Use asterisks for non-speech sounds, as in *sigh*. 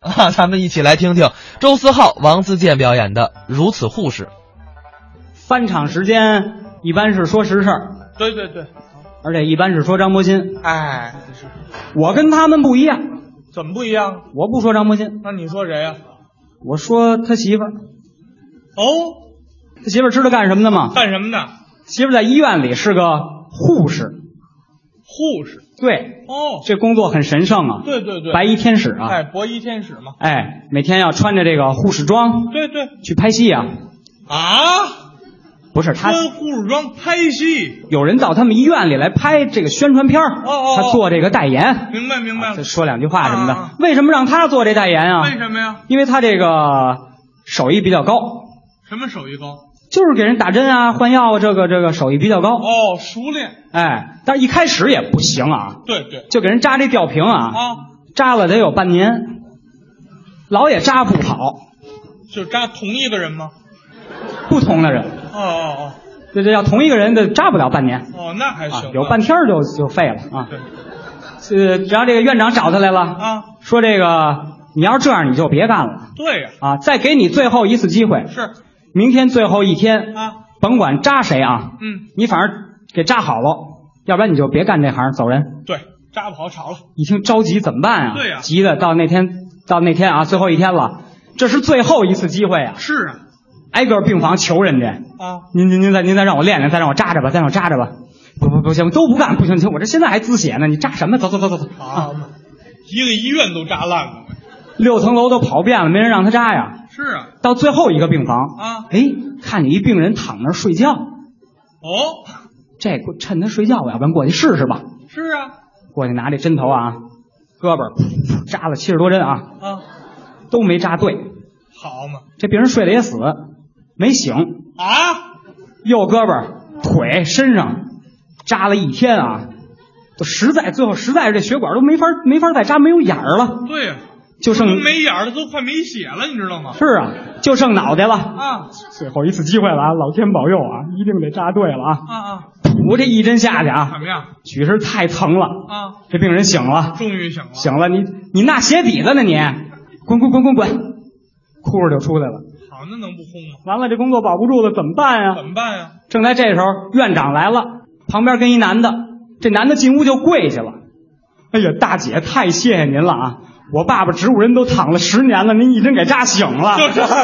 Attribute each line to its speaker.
Speaker 1: 那 *laughs* 咱们一起来听听周思浩、王自健表演的《如此护士》。
Speaker 2: 翻场时间一般是说实事儿，
Speaker 3: 对对对，
Speaker 2: 而且一般是说张伯鑫。
Speaker 3: 哎，是
Speaker 2: 我跟他们不一样，
Speaker 3: 怎么不一样？
Speaker 2: 我不说张伯鑫，
Speaker 3: 那你说谁啊呀、
Speaker 2: 我说他媳妇儿。
Speaker 3: 哦，
Speaker 2: 他媳妇儿知道干什么的吗？
Speaker 3: 干什么呢？
Speaker 2: 媳妇儿在医院里是个护士，
Speaker 3: 护士。
Speaker 2: 对，
Speaker 3: 哦，
Speaker 2: 这工作很神圣啊，
Speaker 3: 对对对，
Speaker 2: 白衣天使啊，
Speaker 3: 哎，博衣天使嘛。
Speaker 2: 哎，每天要穿着这个护士装
Speaker 3: 对对
Speaker 2: 去拍戏啊。
Speaker 3: 啊，
Speaker 2: 不是他，
Speaker 3: 穿护士装拍戏，
Speaker 2: 有人到他们医院里来拍这个宣传片儿，
Speaker 3: 哦哦哦
Speaker 2: 他做这个代言，
Speaker 3: 明白明白了
Speaker 2: 再。说两句话什么
Speaker 3: 啊啊
Speaker 2: 的。为什么让他做这代言啊？
Speaker 3: 为什么呀？
Speaker 2: 因为他这个手艺比较高，
Speaker 3: 什么手艺高？
Speaker 2: 就是给人打针啊、换药啊，这个这个手艺比较高。
Speaker 3: 哦，熟练。
Speaker 2: 哎，但是一开始也不行啊，
Speaker 3: 对对
Speaker 2: 就给人扎这吊瓶啊，
Speaker 3: 啊，
Speaker 2: 扎了得有半年，老也扎不好，
Speaker 3: 就扎同一个人吗？
Speaker 2: 不同的人，
Speaker 3: 哦哦
Speaker 2: 这这要同一个人的扎不了半年
Speaker 3: 哦哦，那还
Speaker 2: 啊
Speaker 3: 行吧。，
Speaker 2: 有半天儿就就废了啊。
Speaker 3: 对
Speaker 2: 呃，然后这个院长找他来了，
Speaker 3: 啊，
Speaker 2: 说这个你要是这样你就别干了
Speaker 3: 对呀、
Speaker 2: 啊，再给你最后一次机会，
Speaker 3: 是
Speaker 2: 明天最后一天，
Speaker 3: 啊，
Speaker 2: 甭管扎谁啊，
Speaker 3: 嗯，
Speaker 2: 你反正给扎好了，要不然你就别干这行，走人。
Speaker 3: 对，扎不好炒了。
Speaker 2: 一听着急怎么办啊？
Speaker 3: 对呀
Speaker 2: 急的到那天到那天啊，最后一天了，这是最后一次机会啊！
Speaker 3: 是啊
Speaker 2: 挨个病房求人家，
Speaker 3: 啊，
Speaker 2: 您您您再您再让我练练，再让我扎着吧，再让我扎着吧。不不不行，都不干不行，行我这现在还滋血呢，你扎什么？走走走走走啊
Speaker 3: 好嘛，一个医院都扎烂了。
Speaker 2: 六层楼都跑遍了，没人让他扎呀。
Speaker 3: 是啊
Speaker 2: 到最后一个病房，
Speaker 3: 啊，
Speaker 2: 哎，看见一病人躺那儿睡觉，
Speaker 3: 哦，
Speaker 2: 这个趁他睡觉，我要不然过去试试吧。
Speaker 3: 是啊
Speaker 2: 过去拿这针头啊，胳膊噗噗扎了七十多针啊，
Speaker 3: 啊，
Speaker 2: 都没扎对。
Speaker 3: 好嘛
Speaker 2: 这病人睡得也死，没醒，
Speaker 3: 啊，
Speaker 2: 右胳膊、腿、身上扎了一天啊，都实在最后实在是这血管都没法没法再扎，没有眼儿了，
Speaker 3: 对啊呀、
Speaker 2: 就
Speaker 3: 都
Speaker 2: 剩
Speaker 3: 没眼儿了，都快没血了，你知道吗？
Speaker 2: 是啊，就剩脑袋了。
Speaker 3: 啊
Speaker 2: 最后一次机会了啊，老天保佑啊，一定得扎对了啊！
Speaker 3: 啊啊，
Speaker 2: 我这一针下去
Speaker 3: 怎
Speaker 2: 啊，
Speaker 3: 么样
Speaker 2: 许是太疼了，
Speaker 3: 啊？
Speaker 2: 这病人醒了。
Speaker 3: 终于醒了。
Speaker 2: 醒了，你你那鞋底子呢你？滚滚滚滚滚！哭着就出来了。
Speaker 3: 好，那能不轰吗？
Speaker 2: 完了，这工作保不住了，怎么办呀、
Speaker 3: 怎么办呀？
Speaker 2: 正在这时候，院长来了，旁边跟一男的，这男的进屋就跪下了。哎呀，大姐，太谢谢您了啊！我爸爸植物人都躺了十年了，您一针给扎醒了。
Speaker 3: *laughs* 就这个，